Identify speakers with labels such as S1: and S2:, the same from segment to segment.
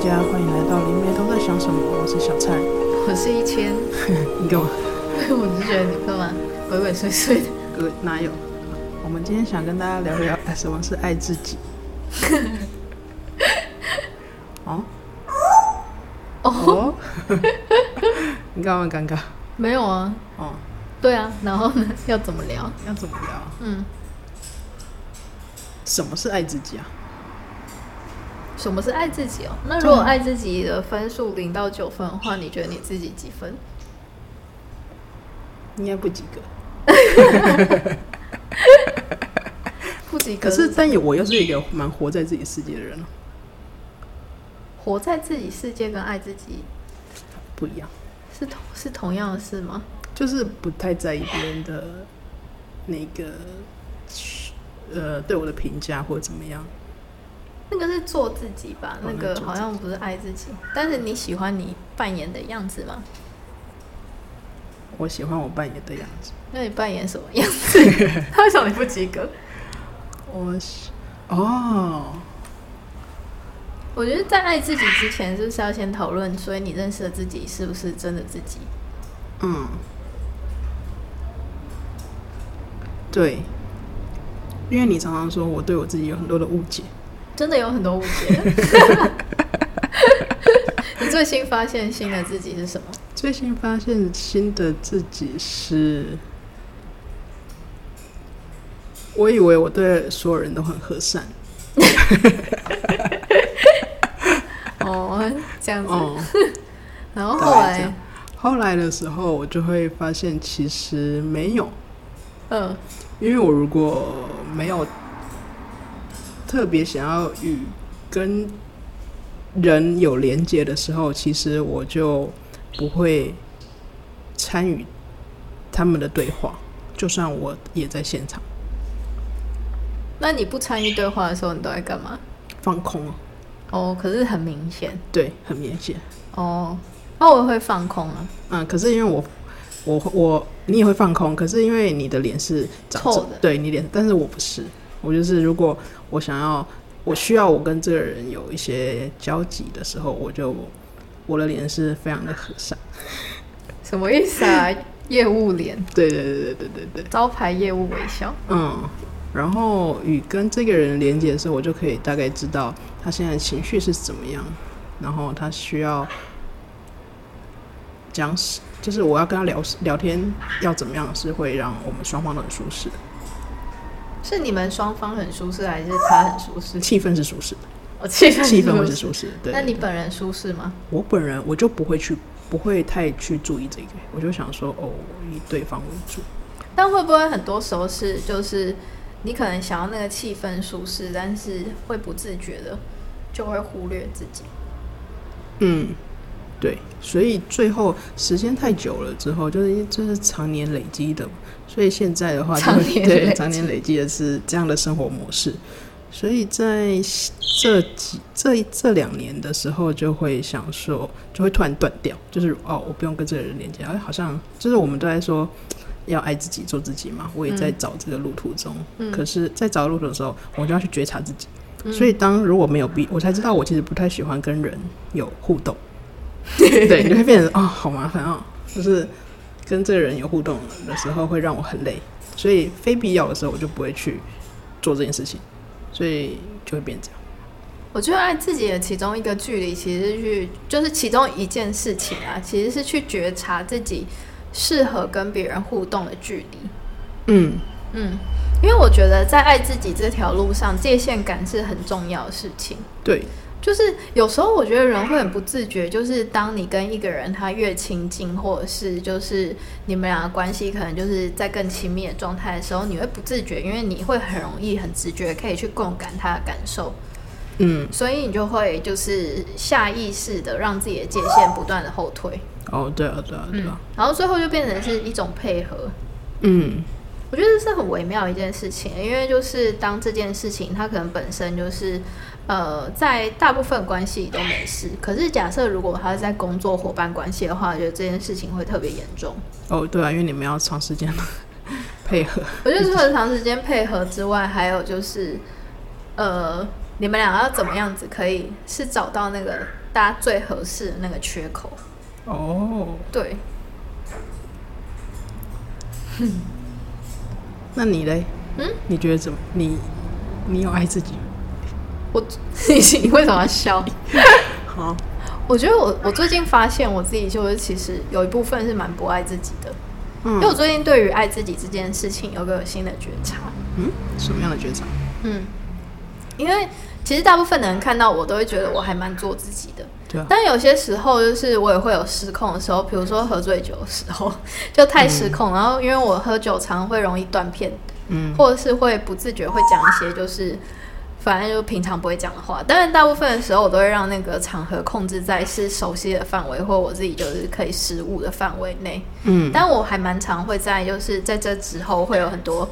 S1: 家，欢迎来到林梅都在想什么，我是小蔡。
S2: 我是一千，
S1: 你干嘛？
S2: 我是觉得你干嘛鬼鬼祟祟的？
S1: 呃，哪有？我们今天想跟大家聊聊哎什么是爱自 己。哦
S2: 哦，
S1: 哦， 你干嘛尴尬？
S2: 没有啊，
S1: 哦，
S2: 对啊，然后呢？ 要怎么聊？
S1: 要怎么聊？
S2: 嗯，
S1: 什么是爱自己啊？
S2: 什么是爱自己哦？那
S1: 对啊
S2: 如果爱自己的分数零到九分的话，你觉得你自己几分？
S1: 应该不及格。
S2: 不及格。
S1: 可是，但也我又是一个蛮活在自己世界的人哦
S2: 活在自己世界跟爱自己
S1: 不一样，
S2: 是同是同样的事吗？
S1: 就是不太在意别人的那个呃对我的评价或者怎么样。
S2: 那个是做自己吧，
S1: 哦
S2: 那
S1: 那做
S2: 个
S1: 自己
S2: 好像不是爱自己。但是你喜欢你扮演的样子吗？
S1: 我喜欢我扮演的样子。
S2: 那你扮演什么样子？ 他为什么你不及格？
S1: 我喜哦，
S2: 我觉得在爱自己之前，是不是要先讨论，所以你认识的自己是不是真的自己？
S1: 嗯，对，因为你常常说我对我自己有很多的误解，
S2: 真的有很多误 解。你最新发现新的自己是什么？
S1: 最新发现新的自己是，我以为我对所有人都很和善
S2: 哦，这样子。
S1: 哦，
S2: 然后
S1: 大
S2: 后
S1: 概这
S2: 来
S1: 样，。后来的时候，我就会发现其实没有，
S2: 嗯，
S1: 因为我如果没有特别想要与跟人有连接的时候，其实我就不会参与他们的对话，就算我也在现场
S2: 那你不参与对话的时候，你都在干嘛？
S1: 放空。
S2: 哦，可是很明显。
S1: 对，很明显。
S2: 哦，那我会放空啊，
S1: 嗯，可是因为我我我你也会放空，可是因为你的脸是长
S2: 臭
S1: 着
S2: 的
S1: 对你脸，但是我不是，我就是如果我想要，我需要我跟这个人有一些交集的时候，我就我的脸是非常的和善。
S2: 什么意思啊？ 业务脸，
S1: 对对对对对对对，
S2: 招牌业务微笑。
S1: 嗯。然后与跟这个人连接的时候，我就可以大概知道他现在的情绪是怎么样，然后他需要讲什，就是我要跟他聊聊天要怎么样是会让我们双方都很舒适的。
S2: 是你们双方很舒适，还是他很舒适？
S1: 气氛是舒 适的，
S2: 哦，气氛
S1: 气氛会
S2: 舒
S1: 是
S2: 适
S1: 舒适的。对，
S2: 那你本人舒适吗？
S1: 我本人我就不会去，不会太去注意这个，我就想说哦，以对方为主。
S2: 但会不会很多时候是就是你可能想要那个气氛舒适，但是会不自觉的就会忽略自己。
S1: 嗯，对，所以最后时间太久了之后，就是就是常年累积的，所以现在的话就
S2: 常
S1: 会
S2: 年累
S1: 对
S2: 积
S1: 常年累积的是这样的生活模式，所以在这几这这两年的时候，就会想说，就会突然断掉，就是哦，我不用跟这个人连接，哎，好像就是我们都在说。要爱自己，做自己嘛。我也在找这个路途中，
S2: 嗯
S1: 可是，在找路途的时候，我就要去觉察自己。
S2: 嗯
S1: 所以，当如果没有必，我才知道我其实不太喜欢跟人有互动。对，你会变成啊、哦，好麻烦哦，就是跟这个人有互动的时候会让我很累，所以非必要的时候我就不会去做这件事情，所以就会变这样。
S2: 我觉得爱自己的其中一个距离，其实是去就是其中一件事情啊，其实是去觉察自己适合跟别人互动的距离。
S1: 嗯
S2: 嗯，因为我觉得在爱自己这条路上，界限感是很重要的事情。
S1: 对，
S2: 就是有时候我觉得人会很不自觉，就是当你跟一个人他越亲近，或者是就是你们俩的关系可能就是在更亲密的状态的时候，你会不自觉，因为你会很容易很直觉可以去共感他的感受，
S1: 嗯，
S2: 所以你就会就是下意识的让自己的界限不断的后退，
S1: 哦，对啊，对啊，对啊，
S2: 然后最后就变成是一种配合。
S1: 嗯
S2: 我觉得这是很微妙的一件事情，因为就是当这件事情它可能本身就是，呃，在大部分关系里都没事，可是假设如果它是在工作伙伴关系的话，我觉得这件事情会特别严重。
S1: 哦，对啊，因为你们要长时间的配合，
S2: 我觉得除了长时间配合之外，还有就是，呃，你们俩要怎么样子可以是找到那个大家最合适的那个缺口。
S1: 哦，
S2: 对，
S1: 那你嘞？
S2: 嗯，
S1: 你觉得怎么？你你有爱自己？
S2: 我 你你为什么要笑？
S1: 好，
S2: 我觉得我我最近发现我自己就是其实有一部分是蛮不爱自己的，因
S1: 嗯
S2: 为我最近对于爱自己这件事情有个新的觉察。
S1: 嗯，什么样的觉察？
S2: 嗯，因为其实大部分的人看到我都会觉得我还蛮做自己的，
S1: 对啊，
S2: 但有些时候就是我也会有失控的时候，比如说喝醉酒的时候就太失控，然后因为我喝酒常会容易断片，
S1: 嗯，
S2: 或者是会不自觉会讲一些就是反正就平常不会讲的话。当然，大部分的时候我都会让那个场合控制在是熟悉的范围，或我自己就是可以失误的范围内。
S1: 嗯，
S2: 但我还蛮常会在就是在这之后会有很多，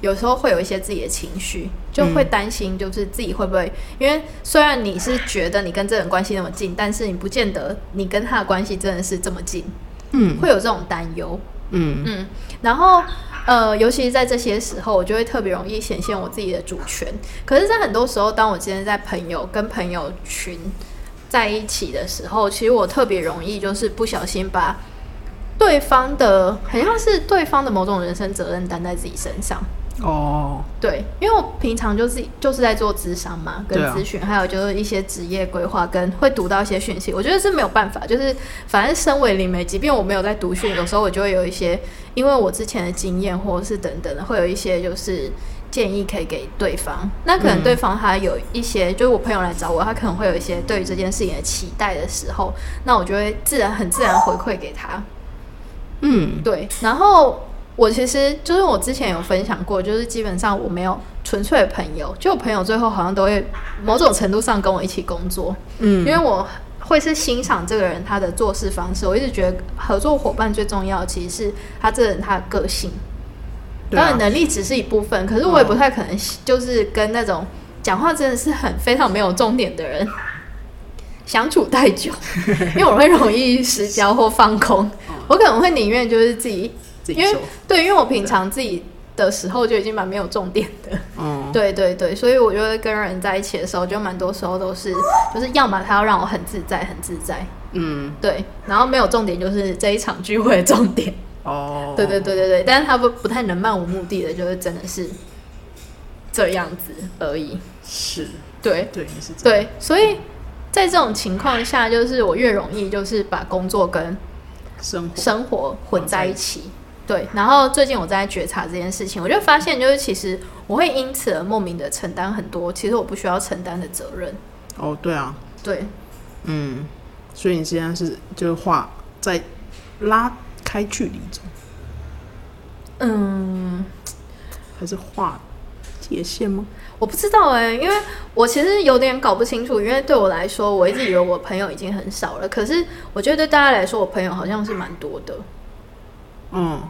S2: 有时候会有一些自己的情绪，就会担心就是自己会不会，因为虽然你是觉得你跟这个人关系那么近，但是你不见得你跟他的关系真的是这么近，
S1: 嗯
S2: 会有这种担忧。
S1: 嗯
S2: 嗯，然后呃，尤其是在这些时候，我就会特别容易显现我自己的主权。可是，在很多时候，当我今天在朋友跟朋友群在一起的时候，其实我特别容易就是不小心把对方的，好像是对方的某种人生责任担在自己身上。
S1: 哦，
S2: 对，因为我平常就是就是在做咨商嘛，跟
S1: 对啊
S2: 咨询，还有就是一些职业规划，跟会读到一些讯息，我觉得是没有办法，就是反正身为灵媒，即便我没有在读讯，有时候我就会有一些，因为我之前的经验或者是等等的，会有一些就是建议可以给对方，那可能
S1: 嗯
S2: 对方他有一些，就是我朋友来找我，他可能会有一些对于这件事情的期待的时候，那我就会自然很自然回馈给他，
S1: 嗯
S2: 对，然后我其实就是我之前有分享过，就是基本上我没有纯粹的朋友，就我朋友最后好像都会某种程度上跟我一起工作，因
S1: 嗯
S2: 为我会是欣赏这个人他的做事方式。我一直觉得合作伙伴最重要，其实是他这个人他的个性。
S1: 对
S2: 当
S1: 啊
S2: 然，能力只是一部分，可是我也不太可能就是跟那种讲话真的是很非常没有重点的人 相处太 久，因为我会容易失焦或放空。
S1: 哦
S2: 我可能会宁愿就是自己，
S1: 自己啊
S2: 因为
S1: 做
S2: 对，因为我平常自己的时候就已经蛮没有重点的。
S1: 哦，
S2: 对对对，所以我觉得跟人在一起的时候，就蛮多时候都是，就是要么他要让我很自在，很自在，
S1: 嗯
S2: 对，然后没有重点就是这一场聚会的重点，
S1: 哦，
S2: 对对对对对，但是他不不太能漫无目的的，就是真的是这样子而已，
S1: 是，
S2: 对
S1: 对你是这样
S2: 对，所以在这种情况下，就是我越容易就是把工作跟
S1: 生活
S2: 生活混在一起。对，然后最近我在觉察这件事情，我就发现，就是其实我会因此而莫名的承担很多，其实我不需要承担的责任。
S1: 哦，对啊，
S2: 对，
S1: 嗯，所以你现在是就是画在拉开距离中，
S2: 嗯，
S1: 还是画界限吗？
S2: 我不知道哎、因为我其实有点搞不清楚，因为对我来说，我一直以为我朋友已经很少了，可是我觉得对大家来说，我朋友好像是蛮多的，
S1: 嗯，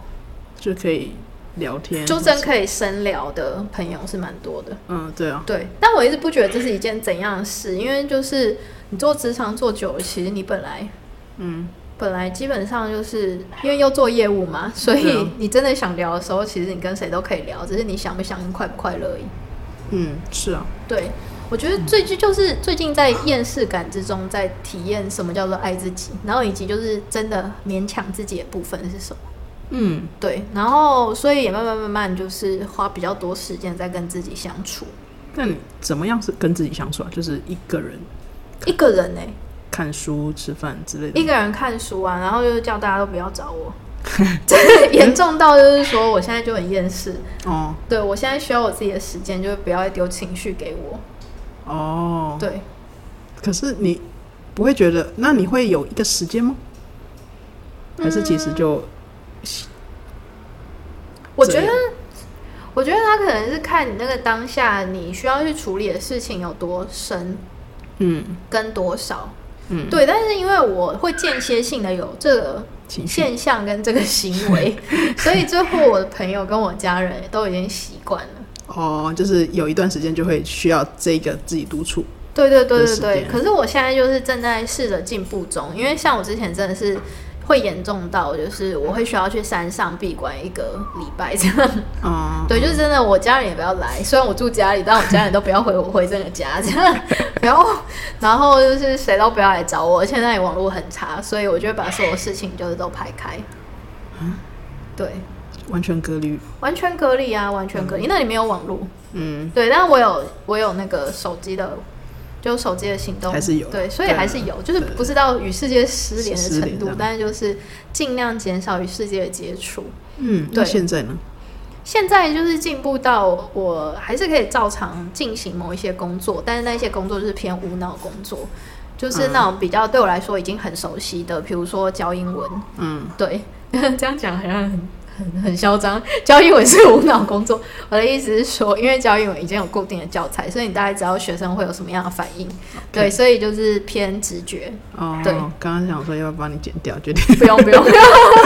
S1: 就可以聊天，
S2: 就
S1: 或
S2: 真
S1: 是
S2: 可以深聊的朋友是蛮多的。
S1: 嗯，对啊，
S2: 对，但我一直不觉得这是一件怎样的事，因为就是你做职场做久了，其实你本来
S1: 嗯，
S2: 本来基本上就是因为又做业务嘛，所
S1: 对
S2: 以
S1: 啊
S2: 你真的想聊的时候，其实你跟谁都可以聊，只是你想不想、你快不快乐而已。
S1: 嗯，是啊，
S2: 对，我觉得最近就是最近在厌世感之中，在体验什么叫做爱自己，然后以及就是真的勉强自己的部分是什么。
S1: 嗯，
S2: 对，然后所以也慢慢慢慢就是花比较多时间在跟自己相处，
S1: 那你怎么样是跟自己相处啊？就是一个人
S2: 一个人呢、
S1: 看书、吃饭之类的
S2: 一
S1: 吗，
S2: 个人看书啊，然后就是叫大家都不要找我， 真的严重到就是说我现在就很厌世，
S1: 哦
S2: 对我现在需要我自己的时间，就是不要再丢情绪给我。
S1: 哦，
S2: 对，
S1: 可是你不会觉得，那你会有一个时间吗？还是其实就
S2: 我觉
S1: 这
S2: 得
S1: 样，
S2: 我觉得他可能是看你那个当下你需要去处理的事情有多深
S1: 嗯
S2: 跟多少。
S1: 嗯
S2: 对，但是因为我会间歇性的有这个
S1: 情绪
S2: 现象跟这个行为， 所以最后我的朋友跟我家人都已经习惯了。
S1: 哦，就是有一段时间就会需要这个自己独处，
S2: 对对对
S1: 的
S2: 对
S1: 时
S2: 对。
S1: 间
S2: 可是我现在就是正在试着进步中，因为像我之前真的是会严重到就是我会需要去山上闭关一个礼拜这 样。
S1: 啊、
S2: 对，就是真的，我家人也不要来。虽然我住家里，但我家人都不要回我回这个家，这 样。然后，然后就是谁都不要来找我。现在网络很差，所以我就会把所有事情就是都排开。
S1: 嗯
S2: 对，
S1: 完全隔离。
S2: 完全隔离啊，完全隔离。那里没有网络，
S1: 嗯，
S2: 对，但我有我有那个手机的，就手机的行动
S1: 还是有
S2: 对，所以
S1: 对啊
S2: 还是有，就是不是到与世界失联
S1: 失
S2: 的
S1: 联
S2: 程
S1: 这
S2: 度
S1: 样，
S2: 但是就是尽量减少与世界的接触。
S1: 嗯，那
S2: 对
S1: 现在呢？
S2: 现在就是进步到我还是可以照常进行某一些工作，但是那些工作就是偏无脑工作，
S1: 嗯
S2: 就是那种比较对我来说已经很熟悉的，比如说教英文，
S1: 嗯，
S2: 对， 这样讲好像很很很嚣张。教英文是无脑工作，我的意思是说，因为教英文已经有固定的教材，所以你大概知道学生会有什么样的反应对，所以就是偏直觉，
S1: 哦，
S2: 对
S1: 刚刚想说要不要帮你剪掉，决定。
S2: 不用不用，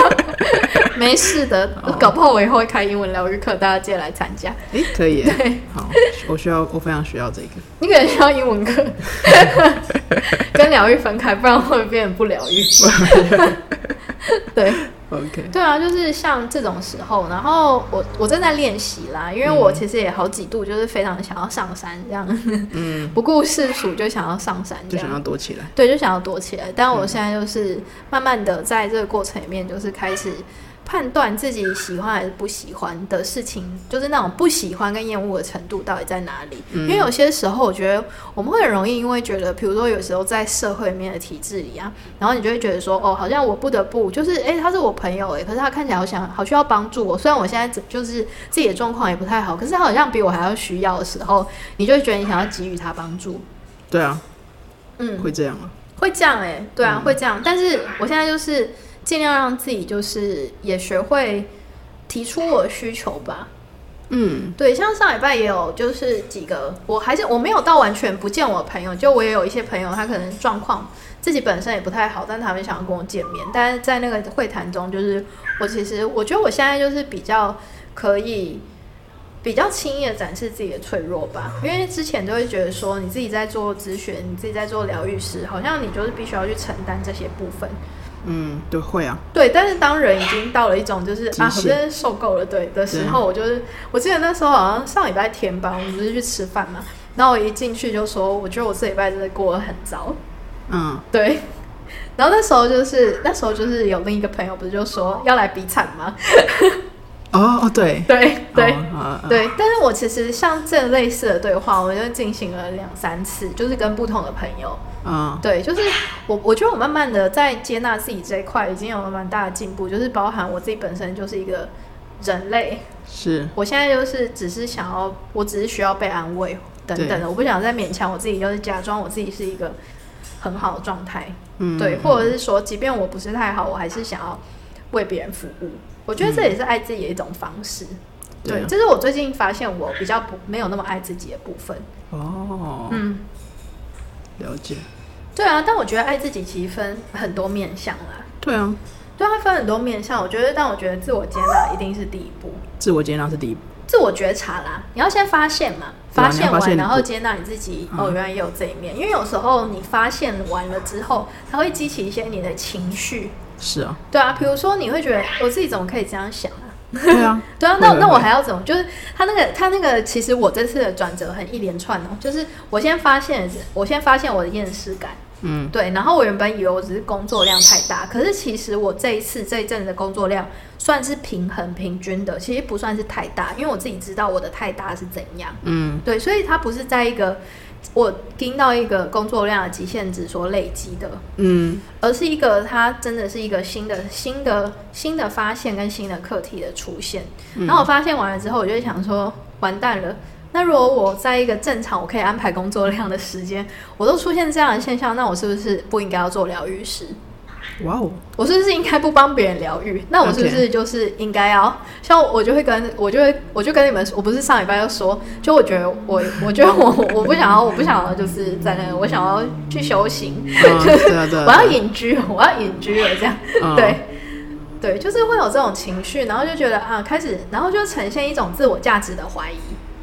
S2: 没事的，搞不好我以后会开英文疗愈课，大家记得来参加。
S1: 诶，可以耶。
S2: 对
S1: 好，我需要，我非常需要这个。
S2: 你可能需要英文课， 跟疗愈分开，不然会变得不疗愈。对
S1: OK，
S2: 对啊，就是像这种时候，然后我我正在练习啦，因为我其实也好几度就是非常想要上山这样，
S1: 嗯，
S2: 不顾世俗就想要上山这
S1: 就想要
S2: 样。
S1: 躲起来。
S2: 对，就想要躲起来，但我现在就是慢慢的在这个过程里面，就是开始判断自己喜欢还是不喜欢的事情，就是那种不喜欢跟厌恶的程度到底在哪里。因为有些时候，我觉得我们会很容易因为觉得，比如说有时候在社会里面的体制里啊，然后你就会觉得说，哦，好像我不得不就是，诶，他是我朋友诶，欸可是他看起来好想好需要帮助我，哦虽然我现在只就是自己的状况也不太好，可是他好像比我还要需要的时候，你就会觉得你想要给予他帮助。
S1: 对啊，
S2: 嗯，
S1: 会这样啊。
S2: 会这样哎、对啊，会这样。但是我现在就是尽量让自己就是也学会提出我的需求吧。
S1: 嗯，
S2: 对，像上礼拜也有就是几个，我还是我没有到完全不见我的朋友，就我也有一些朋友，他可能状况自己本身也不太好，但他们想要跟我见面。但是在那个会谈中，就是我其实我觉得我现在就是比较可以。比较轻易的展示自己的脆弱吧，因为之前都会觉得说你自己在做咨询，你自己在做疗愈师，好像你就是必须要去承担这些部分。
S1: 嗯，对，会啊。
S2: 对，但是当人已经到了一种就是啊，
S1: 极
S2: 我
S1: 限
S2: 真的受够了，对的时候，我就是我记得那时候好像上礼拜天吧，我们不是去吃饭嘛，然后我一进去就说，我觉得我这礼拜真的过得很糟，
S1: 嗯，
S2: 对。然后那时候就是那时候就是有另一个朋友不是就说要来比惨吗？
S1: 哦哦，对
S2: 对对、
S1: 哦啊啊
S2: 对，但是我其实像这类似的对话，我就进行了两三次，就是跟不同的朋友，
S1: 啊，
S2: 对，就是我，我觉得我慢慢的在接纳自己这一块已经有蛮大的进步，就是包含我自己本身就是一个人类，
S1: 是
S2: 我现在就是只是想要，我只是需要被安慰等等
S1: 对
S2: 的，我不想再勉强我自己，就是假装我自己是一个很好的状态，
S1: 嗯
S2: 对，或者是说，即便我不是太好，我还是想要为别人服务。我觉得这也是爱自己的一种方式，
S1: 嗯对啊
S2: 对，这是我最近发现我比较不没有那么爱自己的部分，
S1: 哦，
S2: 嗯。
S1: 了解。
S2: 对啊，但我觉得爱自己其实分很多面向啦。
S1: 对啊，
S2: 对，它分很多面向。我觉得，但我觉得自我接纳一定是第一步，
S1: 自我接纳是第一步。
S2: 自我觉察啦。你要先发现嘛，
S1: 对啊
S2: 发
S1: 你要
S2: 现
S1: 发
S2: 完，
S1: 现你嗯
S2: 然
S1: 不
S2: 后接纳你自己。哦，原来也有这一面。因为有时候你发现完了之后，它会激起一些你的情绪。
S1: 是啊，
S2: 对啊，比如说你会觉得我自己怎么可以这样想啊？
S1: 对啊
S2: ，对啊，那
S1: 会
S2: 那我
S1: 会
S2: 还要怎么？就是他那个他那个，其实我这次的转折很一连串哦、就是我先发现，我先发现我的厌世感，
S1: 嗯
S2: 对，然后我原本以为我只是工作量太大，可是其实我这一次这一阵子的工作量算是平衡平均的，其实不算是太大，因为我自己知道我的太大是怎样。
S1: 嗯
S2: 对，所以它不是在一个我盯到一个工作量的极限值所累积的，
S1: 嗯，
S2: 而是一个它真的是一个新的新的新的发现跟新的课题的出现。然后我发现完了之后，我就会想说，完蛋了。那如果我在一个正常我可以安排工作量的时间，我都出现这样的现象，那我是不是不应该要做疗愈师？
S1: 哇 哦，
S2: 我是不是应该不帮别人疗愈？那我是不
S1: OK
S2: 是就是应该要像我就会跟我就会我就跟你们说，我不是上礼拜就说，就我觉得我我觉得我我不想要我不想要就是在那个我想要去修行，
S1: 啊对啊对啊，
S2: 我要
S1: 对啊
S2: 隐居，我要隐居了这样，
S1: 嗯
S2: 对。对，就是会有这种情绪，然后就觉得啊，开始，然后就呈现一种自我价值的怀疑。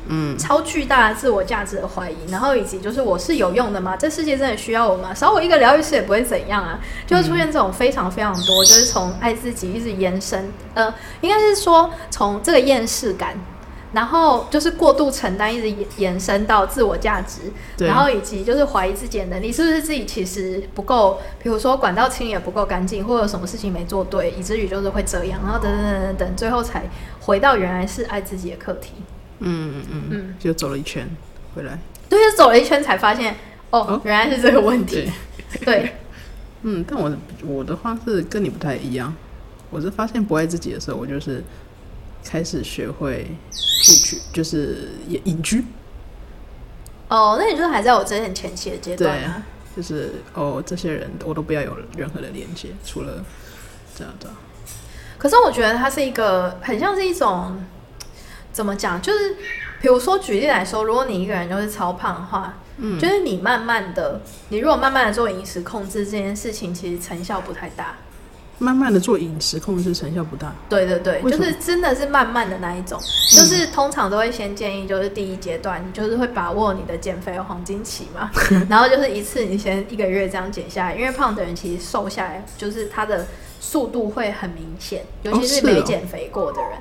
S1: 嗯，
S2: 超巨大的自我价值的怀疑，然后以及就是我是有用的吗？这世界真的需要我吗？少我一个疗愈师也不会怎样啊，就会出现这种非常非常多，就是从爱自己一直延伸，呃，应该是说从这个厌世感，然后就是过度承担，一直延延伸到自我价值，
S1: 对
S2: 然后以及就是怀疑自己的能力是不是自己其实不够，比如说管道清理也不够干净，或者有什么事情没做对，以至于就是会这样，然后等等等等等，最后才回到原来是爱自己的课题。
S1: 嗯嗯嗯
S2: 嗯，
S1: 就走了一圈回来。
S2: 对，就是走了一圈才发现，哦，
S1: 哦
S2: 原来是这个问题。 对，
S1: 嗯，但我我的话是跟你不太一样，我是发现不爱自己的时候，我就是开始学会聚居，就是也隐居，
S2: 哦，那你就是还在我之前前期的阶
S1: 对
S2: 段啊。
S1: 就是哦，这些人我都不要有任何的连接，除了这样啊的。
S2: 可是我觉得它是一个很像是一种怎么讲，就是比如说举例来说，如果你一个人就是超胖的话，
S1: 嗯
S2: 就是你慢慢的，你如果慢慢的做饮食控制这件事情，其实成效不太大。
S1: 慢慢的做饮食控制成效不大，
S2: 对对对，
S1: 为什
S2: 就
S1: 么嗯
S2: 是真的是慢慢的那一种，就是通常都会先建议，就是第一阶段，你就是会把握你的减肥黄金期 嘛，然后就是一次你先一个月这样减下来，因为胖的人其实瘦下来就是他的速度会很明显，尤其
S1: 哦是
S2: 是
S1: 哦
S2: 没减肥过的人，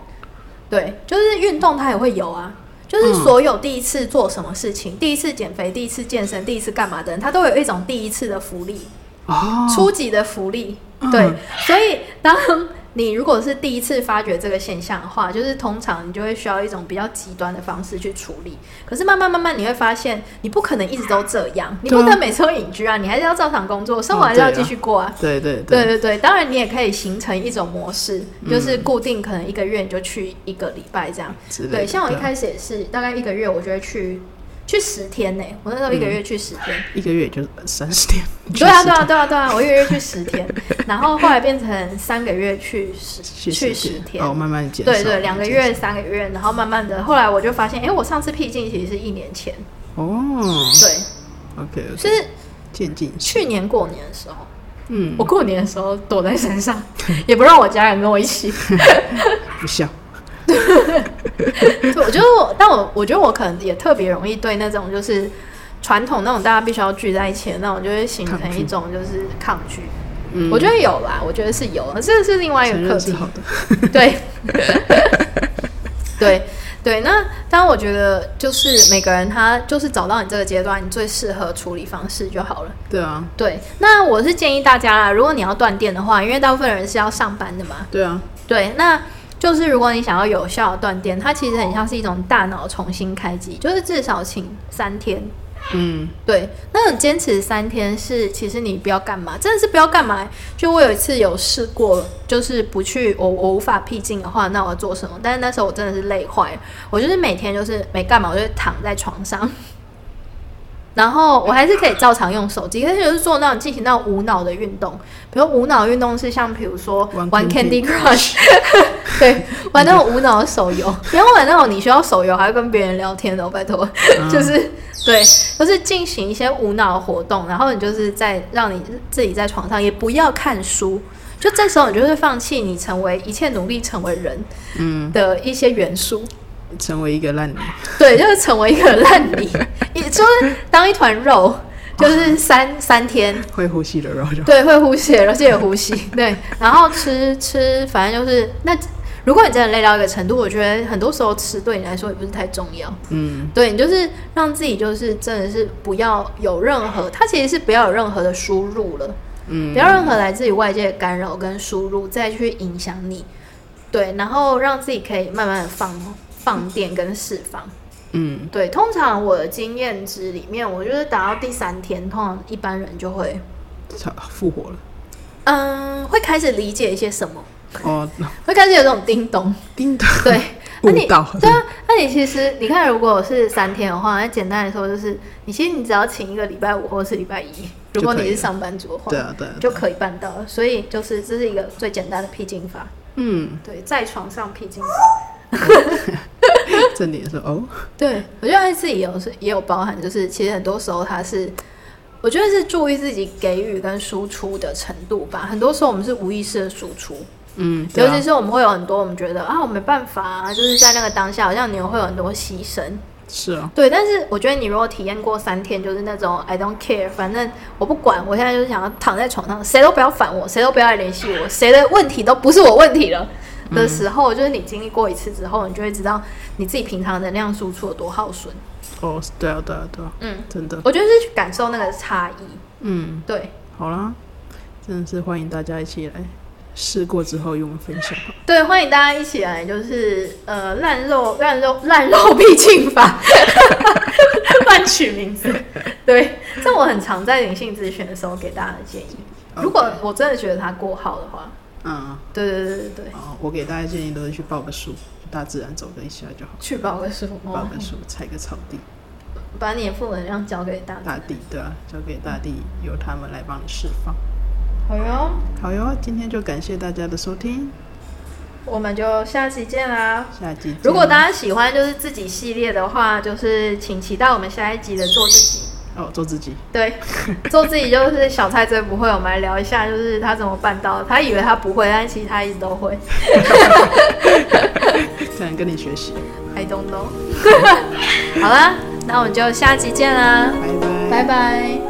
S2: 对，就是运动他也会有啊。就是所有第一次做什么事情，第一次减肥、第一次健身、第一次干嘛的人，他都有一种第一次的福利。
S1: 哦，
S2: 初级的福利。
S1: 嗯
S2: 对，所以当你如果是第一次发觉这个现象的话，就是通常你就会需要一种比较极端的方式去处理。可是慢慢慢慢，你会发现你不可能一直都这样，你
S1: 对啊
S2: 不能每次都隐居啊，你还是要照常工作，生活还是要继续过啊。
S1: 对对嗯
S2: 对对对，当然你也可以形成一种模式，就是固定可能一个月你就去一个礼拜这样。
S1: 之类的啊
S2: 对，像我一开始也是，大概一个月我就会去去十天呢、我那时候一个
S1: 嗯
S2: 月去十天，
S1: 一个月也就三十天，
S2: 对啊，对啊，对啊，对啊，我一个月去十天， 然后后来变成三个月去十
S1: 去
S2: 去十天，
S1: 哦，慢慢减少，
S2: 对对，两个
S1: 减
S2: 月、
S1: 少
S2: 三个月，然后慢慢的，后来我就发现，哎，我上次僻静其实是一年前，
S1: 哦
S2: 对，
S1: ，OK，
S2: 就是
S1: 渐进式，
S2: 去年过年的时候，
S1: 嗯，
S2: 我过年的时候躲在 山上，也不让我家人跟我一起，
S1: 不笑，
S2: 对，我觉得我，但我我觉得我可能也特别容易对那种就是传统那种大家必须要聚在一起的那种，就会形
S1: 抗
S2: 成
S1: 拒
S2: 一种就是抗拒，
S1: 嗯
S2: 我觉得有啦，我觉得是有，这个是另外一
S1: 承
S2: 个课
S1: 认是
S2: 题。
S1: 好的，
S2: 对，对，对。那当然，我觉得就是每个人他就是找到你这个阶段你最适合处理方式就好了。
S1: 对啊，
S2: 对，那我是建议大家啦，如果你要断电的话，因为大部分人是要上班的嘛，
S1: 对啊，
S2: 对，那就是如果你想要有效的断电，它其实很像是一种大脑重新开机，就是至少请三天。
S1: 嗯，
S2: 对，那种坚持三天是，其实你不要干嘛，真的是不要干嘛。就我有一次有试过，就是不去，我我无法僻静的话，那我要做什么？但是那时候我真的是累坏了，我就是每天就是没干嘛，我就躺在床上， 然后我还是可以照常用手机，可是就是做那种进行那种无脑的运动，比如无脑运动是像比如说
S1: 玩
S2: 玩
S1: Candy
S2: Candy Crush，对， 玩那种无脑的手游，不要玩那种你需要手游还要跟别人聊天的哦、拜托，就是对，就是进行一些无脑活动，然后你就是在让你自己在床上，也不要看书，就这时候你就会放弃你成为一切努力成为人
S1: 嗯，
S2: 的一些元素，
S1: 成为一个烂泥，
S2: 对，就是成为一个烂泥，也就是当一团肉，就是三三天，
S1: 会呼吸的肉就
S2: 对，会呼吸，而且也呼吸。对，然后吃吃，反正就是那。如果你真的累到一个程度，我觉得很多时候吃对你来说也不是太重要。
S1: 嗯，
S2: 对你就是让自己就是真的是不要有任何，它其实是不要有任何的输入了，
S1: 嗯
S2: 不要任何来自于外界的干扰跟输入再去影响你。对，然后让自己可以慢慢的放放电跟释放。
S1: 嗯，
S2: 对，通常我的经验值里面，我就是打到第三天，通常一般人就会
S1: 差复活了，
S2: 嗯，会开始理解一些什么，
S1: 哦，
S2: 会开始有这种叮咚，
S1: 叮当，
S2: 对。那你
S1: 悟道
S2: 对啊，那你其实你看，如果是三天的话，那简单来说就是，你其实你只要请一个礼拜五或是礼拜一，如果
S1: 就可以
S2: 你
S1: 了
S2: 是上班族的话，
S1: 对啊对啊，
S2: 就
S1: 对啊
S2: 可以办到了。所以就是这是一个最简单的僻静法，
S1: 嗯，
S2: 对，在床上僻静法。
S1: 正点说哦，
S2: 对，我觉得爱自己有是也有包含，就是其实很多时候它是，我觉得是注意自己给予跟输出的程度吧。很多时候我们是无意识的输出，
S1: 嗯，对
S2: 尤
S1: 啊
S2: 其是我们会有很多我们觉得啊，我没办法、啊，就是在那个当下，好像你会有很多牺牲。
S1: 是啊，
S2: 对，但是我觉得你如果体验过三天，就是那种 I don't care，反正我不管，我现在就是想要躺在床上，谁都不要烦我，谁都不要来联系我，谁的问题都不是我问题了的时候，就是你经历过一次之后，你就会知道你自己平常能量输出有多耗损。
S1: 哦，对啊，对啊，对啊，
S2: 嗯，
S1: 真的，
S2: 我觉得是去感受那个差异。
S1: 嗯，
S2: 对，
S1: 好啦，真的是欢迎大家一起来试过之后与我们分享。
S2: 对，欢迎大家一起来，就是呃，烂肉烂肉烂肉必进法， 乱取名字。对，这我很常在灵性咨询的时候给大家的建议。如果我真的觉得它过好的话，
S1: 嗯，
S2: 对对对对对，
S1: 哦，我给大家建议都是去报个数，大自然走个一下就好，
S2: 去报个数，
S1: 报
S2: 哦
S1: 个数，踩个草地，
S2: 把你的负能量交给大家。
S1: 大地对啊，交给大地，由他们来帮你释放。
S2: 好哟，
S1: 好哟，今天就感谢大家的收听，
S2: 我们就下期见啦。
S1: 下集见
S2: 如果大家喜欢就是自己系列的话，就是请期待我们下一集的做自己。
S1: 哦做自己，
S2: 对，做自己就是小蔡最不会，我们来聊一下，就是他怎么办到的。他以为他不会，但其实他一直都会。
S1: 可能跟你学习，
S2: I don't know。好啦，那我们就下集见啦，
S1: 拜拜，
S2: 拜拜。